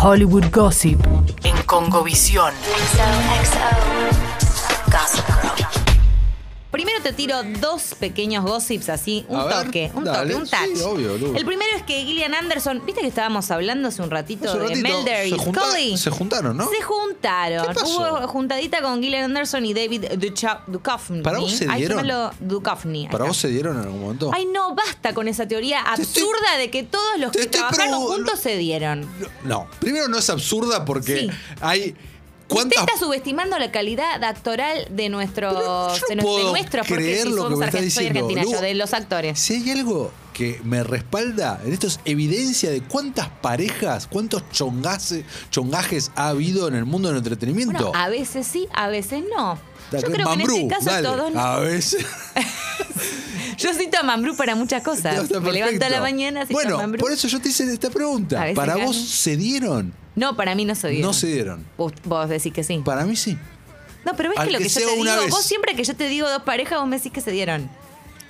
Hollywood Gossip en Congovisión. Primero te tiro dos pequeños gossips así, un A ver, toque, un dale. toque, un touch. Sí, obvio, Lu. el primero es que Gillian Anderson, viste que estábamos hablando hace un ratito Hace un de ratito, Mulder y se, junta- Scully. se juntaron, ¿no? Se juntaron. ¿Qué pasó? Hubo juntadita con Gillian Anderson y David Ducha- Duchovny. ¿Para vos se Ay, dieron? llámalo Duchovny. Ahí ¿Para está. vos se dieron en algún momento? Ay, no, basta con esa teoría Te estoy- absurda de que todos los te que estoy trabajaron provo- juntos se dieron. No, primero no es absurda porque Sí. hay... Usted ¿Cuántas está subestimando la calidad actoral de nuestros, Pero yo de, nuestro- no de puedo nuestros, porque creer si lo que somos me está argentinos, soy diciendo, argentina, Lu. yo, de los actores. Si hay algo que me respalda en esto es evidencia de cuántas parejas, cuántos chongase- chongajes ha habido en el mundo del entretenimiento. Bueno, a veces sí, a veces no. Yo Dale, creo que en Mambrú, este caso dale. Ah. todos no. A veces. Yo cito a Mambrú para muchas Está cosas. Me perfecto. levanto a la mañana, cito a Bueno, Mambrú. por eso yo te hice esta A pregunta. veces ¿Para gano. vos se dieron? No, para mí no se dieron. No se dieron. Vos, vos decís que sí. Para mí sí. No, pero ves Al que lo que, que yo sea te una digo, vez. vos siempre que yo te digo dos parejas, vos me decís que se dieron.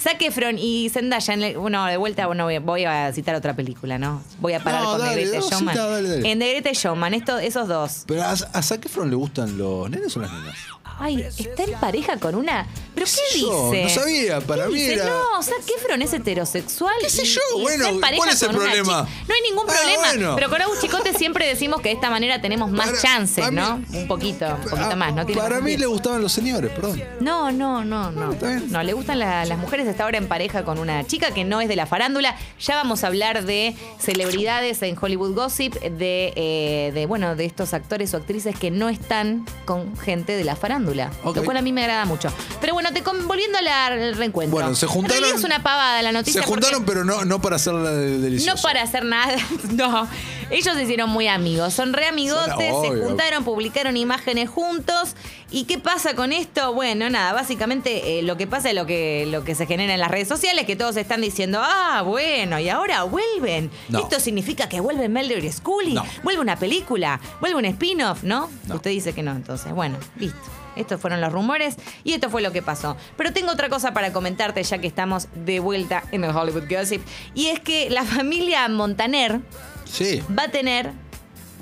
Zac Efron y Zendaya, en el- bueno, de vuelta bueno, voy, voy a citar otra película, ¿no? Voy a parar No, con dale, The Greatest no, Showman. cita, dale, dale. En The Greatest Showman, esto- esos dos. Pero a, a Zac Efron le gustan los nenes o las nenas. Ay, está en pareja con una... ¿Pero qué sé yo? dice? No sabía, para ¿Qué mí dice? era- No, Zac Efron es heterosexual. ¿Qué sé y- yo? y Bueno, está en pareja ¿cuál es el con una problema? chi- No hay ningún Ah, problema. bueno. Pero con Agus Chicote siempre decimos que de esta manera tenemos más Para- chances, a mí- ¿no? Un poquito, un poquito Ah, más, ¿no? Tiene Para más mí sentido. le gustaban los señores, perdón. No, no, no, no. Ah, está bien. No, le gustan la- las mujeres. Está ahora en pareja con una chica que no es de la farándula. Ya vamos a hablar de celebridades en Hollywood Gossip, de, eh, de bueno, de estos actores o actrices que no están con gente de la farándula. Ok. Lo cual a mí me agrada mucho. Pero bueno, te con- volviendo a la- al reencuentro. Bueno, se juntaron- En realidad es una pavada la noticia. Se juntaron, porque pero no, no para hacerla de- deliciosa. No para hacer nada, no. Ellos se hicieron muy amigos, son re amigotes, Son- se obvio. juntaron, publicaron imágenes juntos. ¿Y qué pasa con esto? Bueno, nada, básicamente eh, lo que pasa es lo que, lo que se genera en las redes sociales, que todos están diciendo, ah, bueno, y ahora vuelven. No. Esto significa que vuelve Mulder y Scully, No. vuelve una película, vuelve un spin-off, ¿no? No. Usted dice que no, entonces, bueno, listo. Estos fueron los rumores y esto fue lo que pasó. Pero tengo otra cosa para comentarte ya que estamos de vuelta en el Hollywood Gossip. Y es que la familia Montaner Sí. va a tener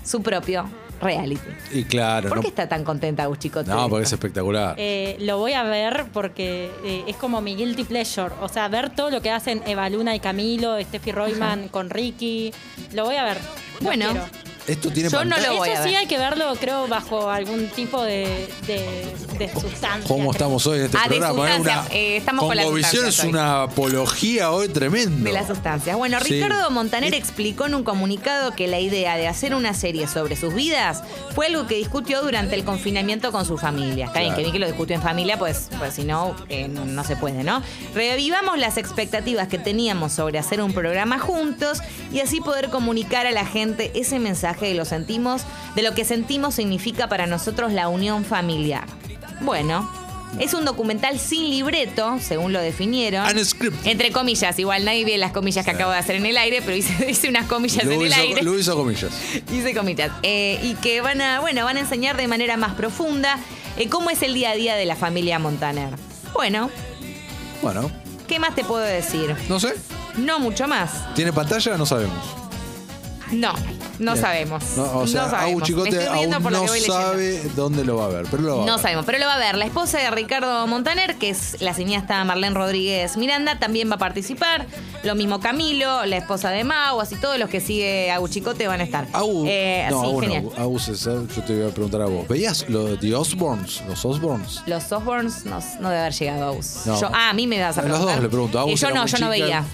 su propio reality. Y claro, ¿Por no. qué está tan contenta Agus Chicote? No, porque es espectacular. Eh, lo voy a ver porque eh, es como mi guilty pleasure. O sea, ver todo lo que hacen Eva Luna y Camilo, Steffi Royman con Ricky. Lo voy a ver. Lo Bueno. quiero. Esto tiene yo no pantalla. lo voy a Eso sí ver. hay que verlo, creo, bajo algún tipo de, de- de sustancia. ¿Cómo estamos hoy en este Ah, de programa? sustancias, eh, estamos con la Congovisión sustancia es hoy. una apología hoy tremendo. De las sustancias. Bueno, Sí. Ricardo Montaner explicó en un comunicado que la idea de hacer una serie sobre sus vidas fue algo que discutió durante el confinamiento con su familia. Está bien, Claro. que bien que lo discutió en familia, pues, pues si no, eh, no, no se puede, ¿no? Revivamos las expectativas que teníamos sobre hacer un programa juntos y así poder comunicar a la gente ese mensaje de lo sentimos, de lo que sentimos significa para nosotros la unión familiar. Bueno. Es un documental sin libreto, según lo definieron. Ah, Unscripted. Entre comillas, igual nadie ve las comillas que acabo de hacer en el aire, pero hice, hice unas comillas en Lu el hizo- aire. Lu hizo comillas. Hice comillas. Eh, y que van a, bueno, van a enseñar de manera más profunda eh, cómo es el día a día de la familia Montaner. Bueno, Bueno, ¿qué más te puedo decir? no sé. No mucho más. ¿Tiene pantalla? No sabemos. No, no Bien. sabemos. No, o sea, no Agus sabemos. Me Chicote estoy riendo aún por lo no que voy leyendo. sabe dónde lo va a ver, pero lo va a No ver. sabemos, pero lo va a ver. La esposa de Ricardo Montaner, que es la cineasta Marlene Rodríguez Miranda, también va a participar. Lo mismo Camilo, la esposa de Mau, así todos los que sigue a Chicote van a estar. Agus, Eh, no, sí, Agus genial. no, Agus es- yo te iba a preguntar a vos. ¿Veías los The Osborns? ¿Los Osborns? Los Osborns no, no debe haber llegado a Agus. No. Yo- ah, a mí me vas a A los preguntar. dos le pregunto, a Eh, Agus yo era no, muy yo no chica. veía.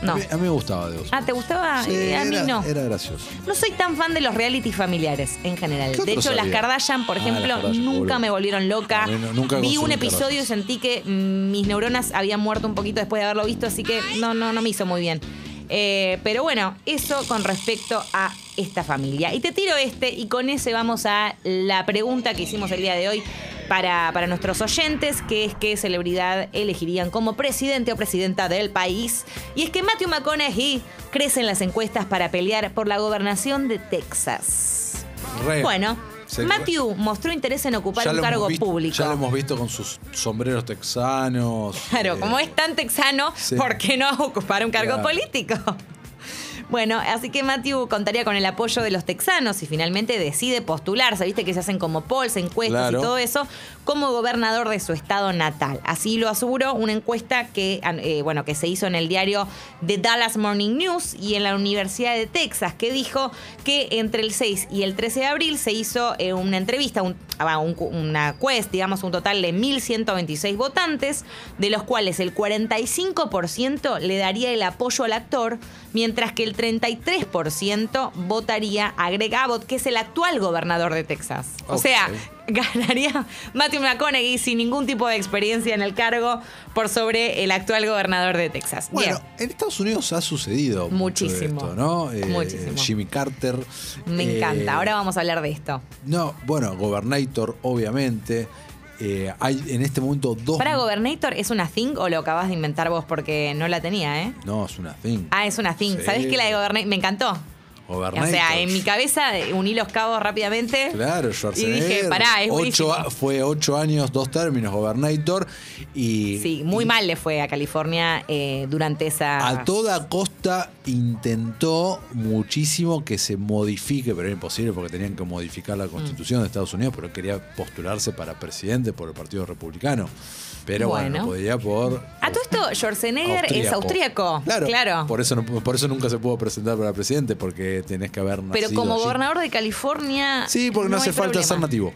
A No. mí, a mí me gustaba The Osborns. Ah, ¿te gustaba? Sí, Eh, a mí era- no. Era gracioso. No soy tan fan de los reality familiares en general. ¿Qué De otros hecho, las había? Kardashian, por Ah, ejemplo, las Kardashian, nunca boludo. me volvieron loca. A mí no- Ah, nunca Vi consumí un episodio y Kardashian. sentí que mm, mis neuronas habían muerto un poquito después de haberlo visto, así que no, no, no me hizo muy bien. Eh, pero bueno, eso con respecto a esta familia. Y te tiro este y con ese vamos a la pregunta que hicimos el día de hoy para, para nuestros oyentes, que es qué celebridad elegirían como presidente o presidenta del país. Y es que Matthew McConaughey crece en las encuestas para pelear por la gobernación de Texas. Re. Bueno, Se- Matthew mostró interés en ocupar Ya un lo hemos cargo visto- público. Ya lo hemos visto con sus sombreros texanos. Claro, eh, como es tan texano, sí. ¿por qué no ocupar un cargo Claro. político? Bueno, así que Matthew contaría con el apoyo de los texanos y finalmente decide postularse, viste que se hacen como polls, encuestas Claro. y todo eso, como gobernador de su estado natal. Así lo aseguró una encuesta que, an- eh, bueno, que se hizo en el diario The Dallas Morning News y en la Universidad de Texas, que dijo que entre el 6 y el 13 de abril se hizo eh, una entrevista, un- ah, un cu- una quest, digamos, un total de 1.126 votantes, de los cuales el 45% le daría el apoyo al actor, mientras que el 33% votaría a Greg Abbott, que es el actual gobernador de Texas. O Ok. sea, ganaría Matthew McConaughey sin ningún tipo de experiencia en el cargo por sobre el actual gobernador de Texas. Bueno, Bien. en Estados Unidos ha sucedido mucho de Muchísimo. esto, ¿no? Eh, Muchísimo. Jimmy Carter. Me eh, encanta. Ahora vamos a hablar de esto. No, bueno, Gobernator, obviamente. Eh, hay en este momento dos. ¿Para Gobernator es una thing o lo acabas de inventar vos porque no la tenía, eh? No, es una thing. Ah, es una thing. Sí. ¿Sabés que la de Gobernator me encantó? Gobernator. O sea, en mi cabeza eh, uní los cabos rápidamente. Claro, Y Schwarzenegger. dije, pará, es ocho, buenísimo. a- Fue ocho años, dos términos, Gobernator. Y, Sí, muy y mal le fue a California eh, durante esa... A toda costa intentó muchísimo que se modifique, pero era imposible porque tenían que modificar Mm. la constitución de Estados Unidos, pero quería postularse para presidente por el Partido Republicano. Pero bueno, Bueno. no podía por. A todo esto, Schwarzenegger es austríaco. Claro, Por, eso no- por eso nunca se pudo presentar para presidente, porque tenés que haber nacido. Pero como allí. gobernador de California... Sí, porque no, hace hay falta problema. ser nativo.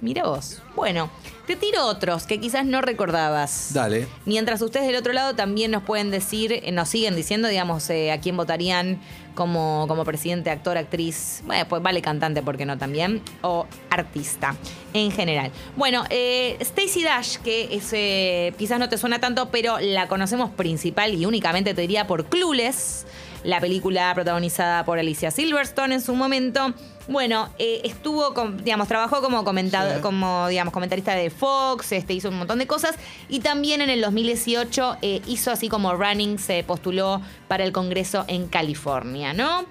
Mira vos. Bueno, te tiro otros que quizás no recordabas. Dale. Mientras ustedes del otro lado también nos pueden decir, eh, nos siguen diciendo, digamos, eh, a quién votarían como, como presidente, actor, actriz, bueno, pues vale cantante, ¿por qué no también? O artista en general. Bueno, eh, Stacy Dash, que es, eh, quizás no te suena tanto, pero la conocemos principal y únicamente te diría por Clueless, la película protagonizada por Alicia Silverstone en su momento. Bueno, eh, estuvo, con- digamos, trabajó como comentado, Sí. como digamos comentarista de Fox, este hizo un montón de cosas y también en el 2018 eh, hizo así como running se postuló para el Congreso en California, ¿no?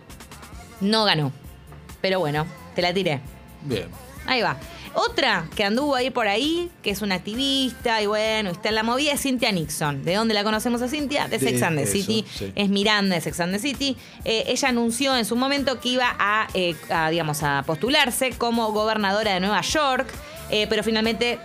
No ganó, pero bueno, te la tiré. Bien. Ahí va. Otra que anduvo ahí por ahí, que es una activista y bueno, está en la movida, es Cynthia Nixon. ¿De dónde la conocemos a Cynthia? De De Sex and the eso, City. sí. Es Miranda de Sex and the City. Eh, ella anunció en su momento que iba a, eh, a, digamos, a postularse como gobernadora de Nueva York, eh, pero finalmente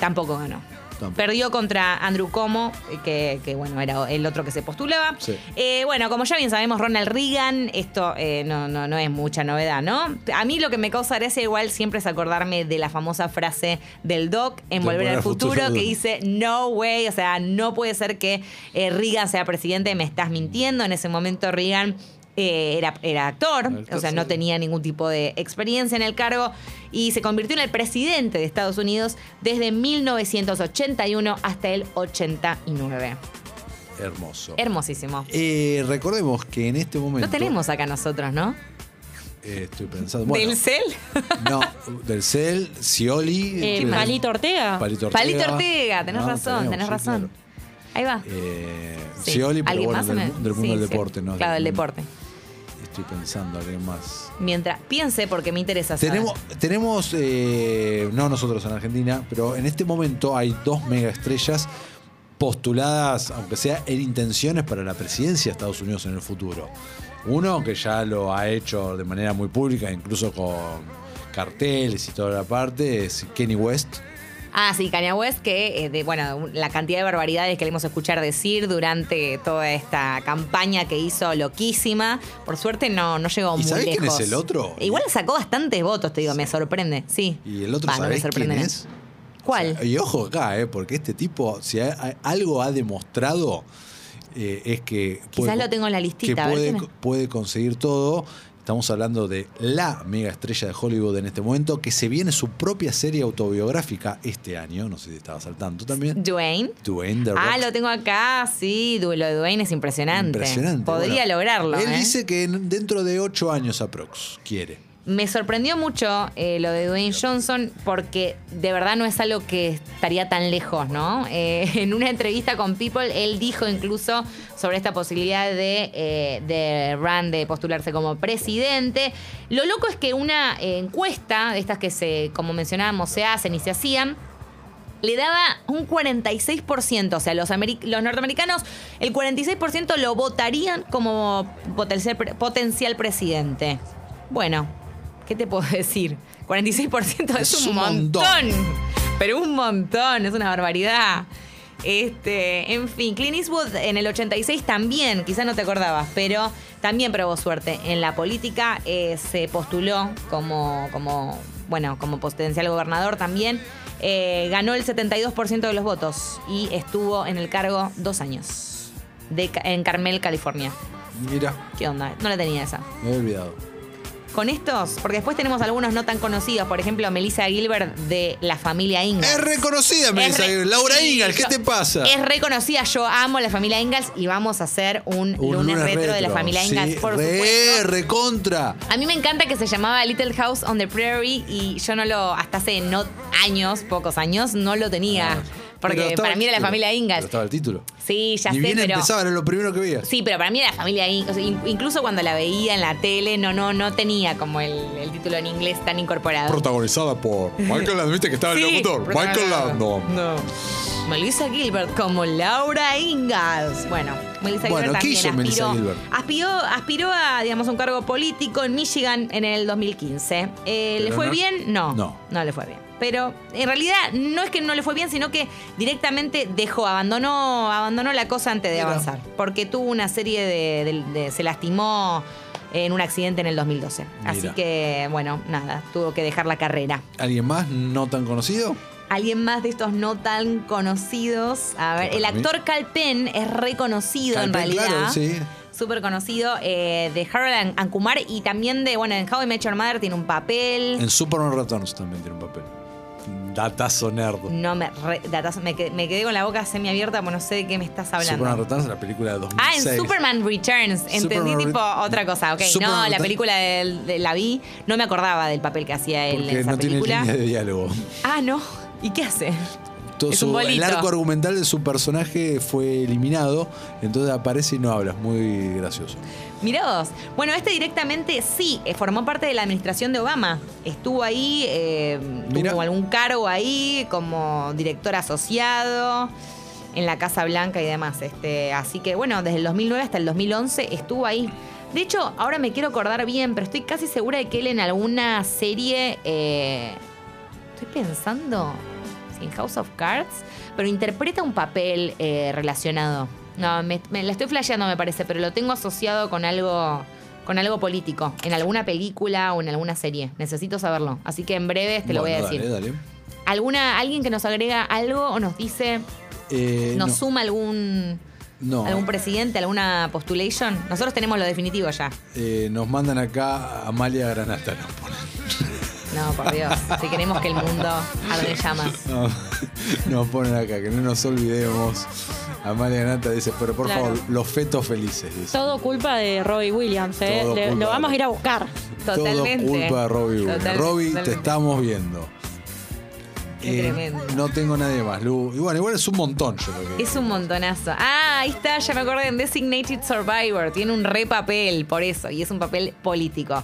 tampoco ganó. Tampoco. Perdió contra Andrew Como, eh, que, que, bueno, era el otro que se postulaba. Sí. Eh, bueno, como ya bien sabemos, Ronald Reagan, esto eh, no, no, no es mucha novedad, ¿no? A mí lo que me causa gracia igual siempre es acordarme de la famosa frase del Doc en De Volver al futuro, que dice, no way, o sea, no puede ser que eh, Reagan sea presidente, me estás mintiendo. En ese momento Reagan... eh, era, era actor, o sea, no tenía ningún tipo de experiencia en el cargo y se convirtió en el presidente de Estados Unidos desde 1981 hasta el 89. Hermoso. Hermosísimo. Eh, recordemos que en este momento. No tenemos acá nosotros, ¿no? Eh, estoy pensando. Bueno, ¿Del cel? No, del Cel, Scioli. Eh, del- Palito Ortega. Palito Ortega. Palito Ortega, tenés No, razón, tenemos, tenés sí, razón. claro. Ahí va. Eh, Sí. Scioli, pero ¿Alguien bueno, más del, o me- mu- del mundo Sí, del sí. deporte, ¿no? Claro, del mundo- deporte. Estoy pensando, alguien más. Mientras, piense porque me interesa saber. Tenemos, tenemos eh, no nosotros en Argentina, pero en este momento hay dos megaestrellas postuladas, aunque sea en intenciones, para la presidencia de Estados Unidos en el futuro. Uno que ya lo ha hecho de manera muy pública, incluso con carteles y toda la parte, es Kenny West. Ah, sí, Kanye West, que, eh, de, bueno, la cantidad de barbaridades que le hemos escuchar decir durante toda esta campaña que hizo loquísima. Por suerte no, no llegó ¿Y muy sabés quién lejos. es el otro? Igual sacó bastantes votos, te digo, me sorprende. Sí. Y el otro, Va, no me ¿sabés quién sorprende nada. es? ¿Cuál? O sea, y ojo acá, eh, porque este tipo, si hay- hay- algo ha demostrado, eh, es que. Quizás lo tengo en la listita, a ver Que puede, quién es. puede conseguir todo. Estamos hablando de la mega estrella de Hollywood en este momento, que se viene su propia serie autobiográfica este año. No sé si estabas al tanto también. Dwayne. Dwayne The Ah, Rock lo tengo acá, sí, du- lo de Dwayne es impresionante. Impresionante. Podría Bueno, lograrlo. Él ¿eh? dice que en- dentro de ocho años aprox quiere. Me sorprendió mucho eh, lo de Dwayne Johnson porque de verdad no es algo que estaría tan lejos, ¿no? Eh, en una entrevista con People, él dijo incluso sobre esta posibilidad de, eh, de Rand de postularse como presidente. Lo loco es que una eh, encuesta, de estas que se, como mencionábamos, se hacen y se hacían, le daba un 46%. O sea, los, ameri- los norteamericanos, el 46% lo votarían como potencial, pre- potencial presidente. Bueno, ¿qué te puedo decir? 46% es, Es un un montón. montón. Pero un montón, es una barbaridad. Este, en fin, Clint Eastwood en el 86 también, quizás no te acordabas, pero también probó suerte en la política, eh, se postuló como, como, bueno, como potencial gobernador también, Eh, ganó el 72% de los votos y estuvo en el cargo dos años de Ca- en Carmel, California. Mira, ¿Qué onda? No la tenía esa me había olvidado. con estos, porque después tenemos algunos no tan conocidos, por ejemplo, Melissa Gilbert de la familia Ingalls. Es reconocida, me Es re- dice. Laura Sí, Ingalls, ¿qué yo- te pasa? Es reconocida, yo amo a la familia Ingalls y vamos a hacer un, Un lunes, retro, de la familia sí, Ingalls, por re, supuesto. recontra. A mí me encanta que se llamaba Little House on the Prairie y yo no lo, hasta hace no años, pocos años, no lo tenía. Ah, Pero Porque estaba para mí el era la título. familia Pero Ingalls. estaba el título. Sí, ya Ni sé, bien pero. empezaba, era lo primero que veía. Sí, pero para mí era la familia Ingalls. O sea, in- Incluso cuando la veía en la tele, no, no, no tenía como el, el título en inglés tan incorporado. Protagonizada por Michael Landon, viste que estaba el Sí, locutor. protagonizada. Michael Landon. No. Melissa Gilbert como Laura Ingalls. Bueno, Melissa Bueno, Gilbert también ¿qué hizo aspiró, Melissa Gilbert? aspiró, aspiró a, digamos, un cargo político en Michigan en el 2015. Eh, ¿Le Pero fue no- bien? No, no. no. le fue bien. Pero en realidad no es que no le fue bien, sino que directamente dejó, abandonó, abandonó la cosa antes de Mira. avanzar. Porque tuvo una serie de, de- de- se lastimó en un accidente en el 2012. Así Mira. que, bueno, nada, tuvo que dejar la carrera. ¿Alguien más no tan conocido? Alguien más de estos no tan conocidos. A ver, el Para mí. actor Cal Penn es reconocido en Calpin, realidad. Claro, sí. Súper conocido eh, de Harold and- and Kumar y también de, bueno, en How I Met Your Mother tiene un papel. En Superman Returns también tiene un papel. Datazo nerd. No me, re- datazo, me, que- me quedé con la boca semiabierta porque no sé de qué me estás Superman hablando. Returns, la película de 2006. Ah, en Superman Returns. Entendí Superman Re- tipo otra cosa. Ok, Superman no, la Returns. película del- de- la vi. No me acordaba del papel que hacía él en Porque esa no tiene película. línea de diálogo. Ah, no. ¿Y qué hace? Todo Es su- un bolito. el arco argumental de su personaje fue eliminado, entonces aparece y no habla. Es muy gracioso. Mirá vos. Bueno, este directamente sí, eh, formó parte de la administración de Obama. Estuvo ahí, eh, Mirá. tuvo algún cargo ahí como director asociado en la Casa Blanca y demás. Este, así que bueno, desde el 2009 hasta el 2011 estuvo ahí. De hecho, ahora me quiero acordar bien, pero estoy casi segura de que él en alguna serie, eh, estoy pensando, si en House of Cards, pero interpreta un papel eh, relacionado. No, me, me- la estoy flasheando me parece, pero lo tengo asociado con algo, con algo político, en alguna película o en alguna serie. Necesito saberlo, así que en breve te lo voy a Bueno, decir. Dale, dale. ¿Alguna, alguien que nos agrega algo o nos dice, Eh, nos no, suma algún, no. algún presidente, alguna postulation? Nosotros tenemos lo definitivo ya. Eh, nos mandan acá a Amalia Granata. ¿no? No, por Dios. si queremos que el mundo arde en llamas. No, nos ponen acá, que no nos olvidemos. Amalia Granata dice, pero por Claro. favor, los fetos felices. dice. Todo culpa de Robbie Williams, ¿eh? Todo Le- culpa lo de- vamos a ir a buscar. Totalmente. Todo culpa de Robbie. Williams. Total- Robbie, totalmente. te estamos viendo. Eh, Qué tremendo. no tengo nadie más, Lu. Igual, igual es un montón, yo creo que. Es un montonazo. Ah, ahí está, ya me acordé, en Designated Survivor. Tiene un re papel, por eso, y es un papel político.